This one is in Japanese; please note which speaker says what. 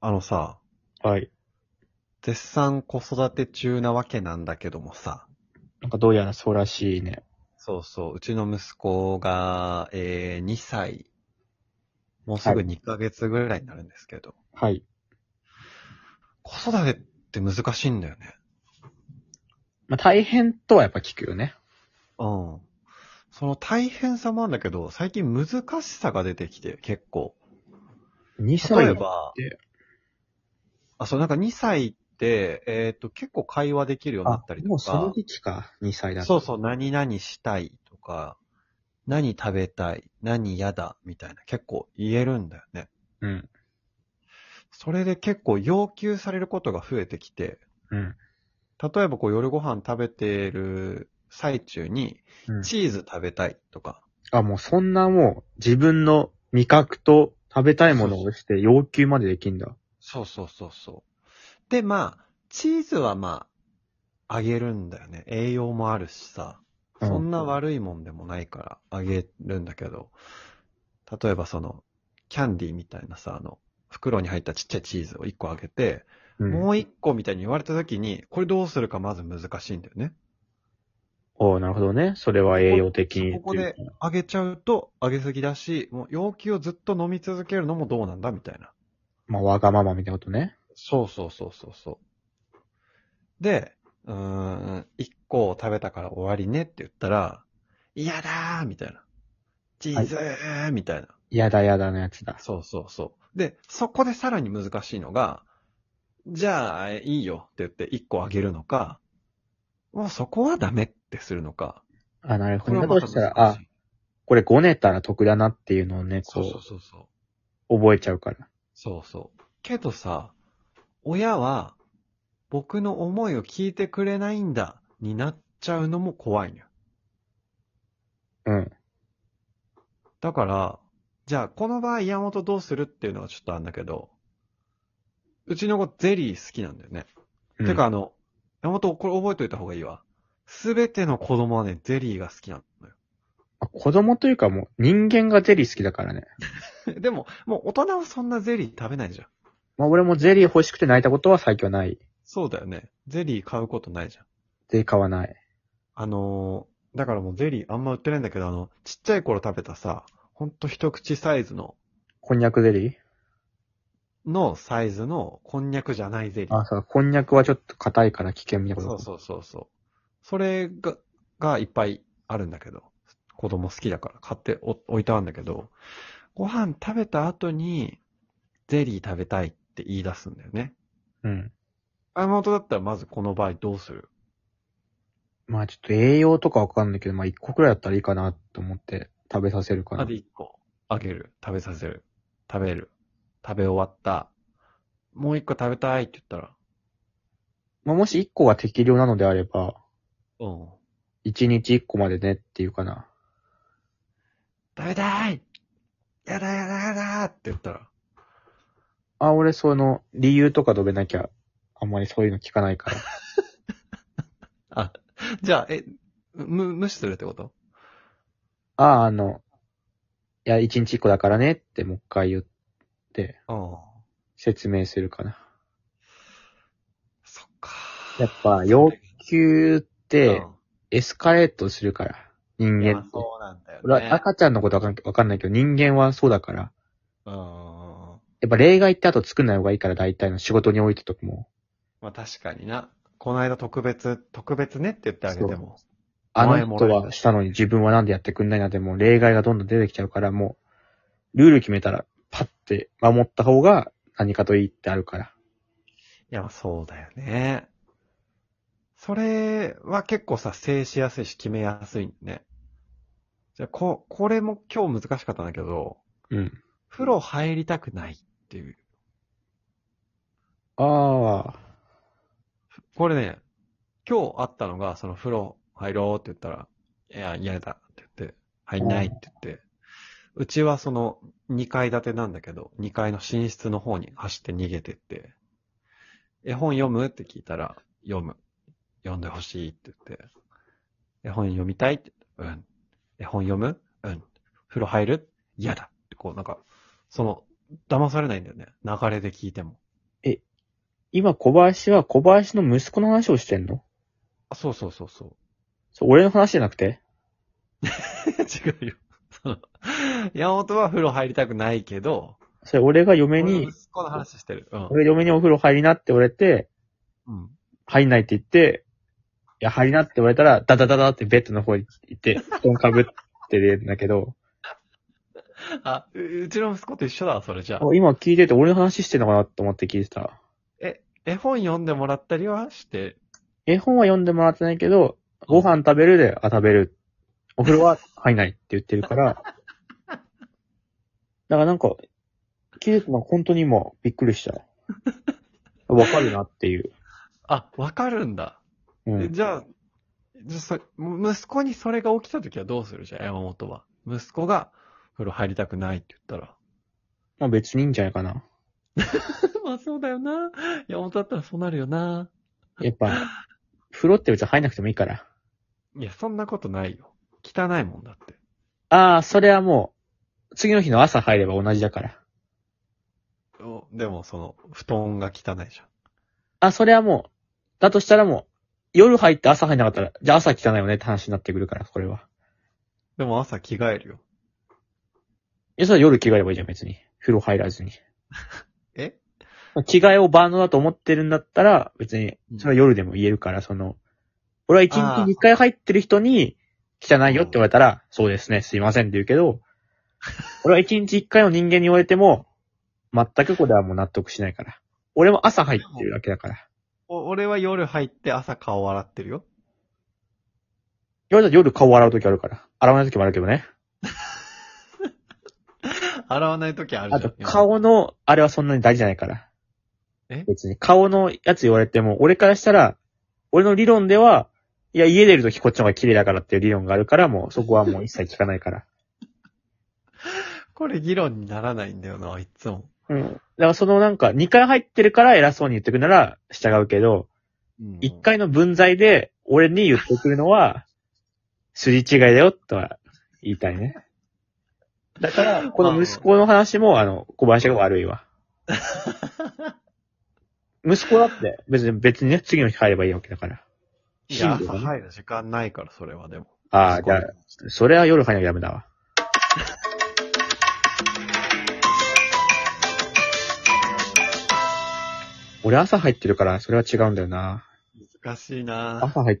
Speaker 1: あのさ、
Speaker 2: はい。
Speaker 1: 絶賛子育て中なわけなんだけどもさ。
Speaker 2: なんかどうやらそうらしいね。
Speaker 1: そうそう、うちの息子が、えー、2歳。もうすぐ
Speaker 2: はい
Speaker 1: 2ヶ月ぐらいになるんですけど。
Speaker 2: はい。
Speaker 1: 子育てって難しいんだよね。
Speaker 2: まあ、大変とはやっぱ聞くよね。
Speaker 1: うん。その大変さもあるんだけど、最近難しさが出てきて、結構。
Speaker 2: 2
Speaker 1: 例えば
Speaker 2: て、
Speaker 1: あ、そう、なんか2歳って、えっ、と、結構会話できるようにな
Speaker 2: あ
Speaker 1: ったり、とか。
Speaker 2: もうその時期か、2歳だと。
Speaker 1: そうそう、何々したいとか、何食べたい、何嫌だ、みたいな、結構言えるんだよね。
Speaker 2: う。うん。
Speaker 1: それで結構要求されることが増えてきて、
Speaker 2: うん。
Speaker 1: 例えばこう夜ご飯食べてる最中に、
Speaker 2: うん、
Speaker 1: チーズ食べたいとか、
Speaker 2: あ、もうそんなもう自分の味覚と食べたいものをして要求までできんだ。
Speaker 1: そうそうそうそう。で、まあ、チーズはまあ、あげるんだよね。栄養もあるしさ。
Speaker 2: うん
Speaker 1: そんな悪いもんでもないからあげるんだけど、例えばその、キャンディーみたいなさ、あの、袋に入ったちっちゃいチーズを1個あげて、
Speaker 2: うん、
Speaker 1: もう1個みたいに言われた時に、これどうするかまず難しいんだよね。
Speaker 2: おーなるほどね。それは栄養的に。
Speaker 1: ここであげちゃうと、あげすぎだし、もう要求をずっと飲み続けるのもどうなんだみたいな。
Speaker 2: まあ、わがままみたいなことね。
Speaker 1: そうそうそうそうそう。で、うーん、1個を食べたから終わりねって言ったら、嫌だーみたいな。チーズーみたいな。
Speaker 2: やだやだのやつだ。
Speaker 1: そうそうそう。で、そこでさらに難しいのが、じゃあ、えいいよって言って1個あげるのか、もうそこはダメってするのか。
Speaker 2: あ、なるほど。
Speaker 1: は
Speaker 2: だ
Speaker 1: ま
Speaker 2: と
Speaker 1: た
Speaker 2: したら、
Speaker 1: 難
Speaker 2: あ
Speaker 1: し、い。
Speaker 2: これごねたら得だなっていうのをね、
Speaker 1: そうそ
Speaker 2: こ
Speaker 1: うそうそう。
Speaker 2: う、覚えちゃうから。
Speaker 1: そうそう。けどさ、親は僕の思いを聞いてくれないんだになっちゃうのも怖いのよ。
Speaker 2: うん。
Speaker 1: だから、じゃあこの場合山本どうするっていうのがちょっとあるんだけど、うちの子ゼリー好きなんだよね。
Speaker 2: うん
Speaker 1: てかあの、山本これ覚えといた方がいいわ。すべての子供はね、ゼリーが好きなのよ。
Speaker 2: あ子供というかもう人間がゼリー好きだからね。
Speaker 1: でも、もう大人はそんなゼリー食べないじゃん。
Speaker 2: まあ俺もゼリー欲しくて泣いたことは最近はない。
Speaker 1: そうだよね。ゼリー買うことないじゃん。
Speaker 2: ゼリー買わない。
Speaker 1: あのーだからもうゼリーあんま売ってないんだけど、あの、ちっちゃい頃食べたさ、ほんと一口サイズの、
Speaker 2: こんにゃくゼリー
Speaker 1: のサイズのこんにゃくじゃないゼリー。
Speaker 2: あ、そう、こんにゃくはちょっと硬いから危険みたいなこ
Speaker 1: そ
Speaker 2: と。
Speaker 1: うそうそうそう。それが、がいっぱいあるんだけど、子供好きだから買ってお置いてあるんだけど、ご飯食べた後に、ゼリー食べたいって言い出すんだよね。
Speaker 2: う。うん。
Speaker 1: 山本だったらまずこの場合どうする
Speaker 2: まあちょっと栄養とかわかんないけど、まあ一個くらいだったらいいかなと思って食べさせるか
Speaker 1: あ
Speaker 2: な
Speaker 1: と。1個。あげる。食べさせる。食べる。食べ終わった。もう1個食べたいって言ったら、
Speaker 2: まあもし一個が適量なのであれば、
Speaker 1: うん。
Speaker 2: 一日一個までねっていうかな。
Speaker 1: 食べたいやだやだやだって言ったら。
Speaker 2: あ、俺その理由とか述べなきゃ、あんまりそういうの聞かないから。
Speaker 1: あ、じゃあ、え、む、無視するってこと
Speaker 2: あ、あの、いや、一日一個だからねってもう一回言って
Speaker 1: うん。
Speaker 2: 説明するかな。
Speaker 1: そっか。
Speaker 2: やっぱ要求って
Speaker 1: うん
Speaker 2: エスカレートするから、人
Speaker 1: いや
Speaker 2: 間って。
Speaker 1: そうなんだ
Speaker 2: 俺
Speaker 1: よね
Speaker 2: は。赤ちゃんのことわかんわかんないけど、人間はそうだから。
Speaker 1: うんうんうん。
Speaker 2: やっぱ例外って後作んない方がいいから、大体の仕事においてとかも。
Speaker 1: まあ確かにな。この間特別、特別ねって言ってあげても。
Speaker 2: あ
Speaker 1: 前
Speaker 2: の
Speaker 1: も
Speaker 2: 人
Speaker 1: らえた
Speaker 2: はしたのに自分はなんでやってくんないなでも例外がどんどん出てきちゃうから、もう、ルール決めたらパッて守った方が何かといいってあるから。
Speaker 1: いや、そうだよね。それは結構さ、制しやすいし決めやすいんだね。じゃあ、こ、これも今日難しかったんだけど、
Speaker 2: うん。
Speaker 1: 風呂入りたくないっていう。
Speaker 2: ああ。
Speaker 1: これね、今日あったのが、その風呂入ろうって言ったら、いや、嫌だって言って、入んないって言って、うちはその2階建てなんだけど、2階の寝室の方に走って逃げてって、絵本読むって聞いたら、読む。読んでほしいって言って、絵本読みたいって、うん。絵本読むうん。風呂入る嫌だってこうなんか、その、騙されないんだよね。流れで聞いても。
Speaker 2: 今小林は小林の息子の話をしてんの
Speaker 1: あ、そうそうそうそう。
Speaker 2: そう俺の話じゃなくて
Speaker 1: 違うよ。その、山本は風呂入りたくないけど、
Speaker 2: それ俺が嫁
Speaker 1: 俺
Speaker 2: に
Speaker 1: の、息子の話してる。うん。
Speaker 2: 俺嫁にお風呂入りなって言われて、
Speaker 1: うん。
Speaker 2: 入んないって言って、いや、入りなって言われたら、ダダダダってベッドの方に行って、布団かぶってるんだけど、
Speaker 1: あ、ううちの息子と一緒だ、それじゃあ。
Speaker 2: 今聞いてて俺の話してんのかなと思って聞いてた。
Speaker 1: 絵本読んでもらったりはして、
Speaker 2: 絵本は読んでもらってないけど、ご飯食べるで、あ、食べる。お風呂は入んないって言ってるから。だからなんか、聞いてたの本当に今、びっくりした。わかるなっていう。
Speaker 1: あ、わかるんだ。
Speaker 2: う
Speaker 1: え
Speaker 2: ん。
Speaker 1: じゃあ、じゃあそむ息子にそれが起きた時はどうするじゃあ、山本は。息子が風呂入りたくないって言ったら。
Speaker 2: まあ別にいいんじゃないかな。
Speaker 1: まあそうだよな。山本だったらそうなるよな。
Speaker 2: やっぱ、風呂って別に入んなくてもいいから。
Speaker 1: いや、そんなことないよ。汚いもんだって。
Speaker 2: ああ、それはもう、次の日の朝入れば同じだから。
Speaker 1: おでも、その、布団が汚いじゃん。
Speaker 2: あ、それはもう、だとしたらもう、夜入って朝入んなかったら、じゃあ朝汚いよねって話になってくるから、これは。
Speaker 1: でも朝着替えるよ。
Speaker 2: いや、それは夜着替えればいいじゃん、別に。風呂入らずに。
Speaker 1: え
Speaker 2: 着替えを万能だと思ってるんだったら、別に、それは夜でも言えるから、その、俺は一
Speaker 1: あ
Speaker 2: 日
Speaker 1: ー
Speaker 2: 一回入ってる人に、汚いよって言われたら、そうですね、すいませんって言うけど、 俺は一日一回の人間に言われても、全くこれはもう納得しないから。俺も朝入ってるだけだから。
Speaker 1: お俺は夜入って朝顔洗ってるよ。
Speaker 2: 夜だと夜顔洗うときあるから。洗わないときもあるけどね。
Speaker 1: 洗わない時ある
Speaker 2: あ
Speaker 1: じゃん
Speaker 2: と。、顔の、あれはそんなに大事じゃないから。
Speaker 1: え
Speaker 2: 別に、顔のやつ言われても、俺からしたら、俺の理論では、いや、家出るときこっちの方が綺麗だからっていう理論があるから、もうそこはもう一切聞かないから。
Speaker 1: これ議論にならないんだよな、いつも。
Speaker 2: うん。だからそのなんか、2回入ってるから偉そうに言ってくるなら従うけど、1回の分際で俺に言ってくるのは、筋違いだよとは言いたいね。だから、この息子の話も、あの、小林が悪いわ。息子だって、別に、別にね、次の日入ればいいわけだから。
Speaker 1: いや、朝
Speaker 2: 深夜
Speaker 1: 入る時間ないから、それはでも。
Speaker 2: ああ、じゃあ、それは夜入るのやめだわ。俺朝入ってるから、それは違うんだよな。
Speaker 1: 難しいな
Speaker 2: 朝入ってる。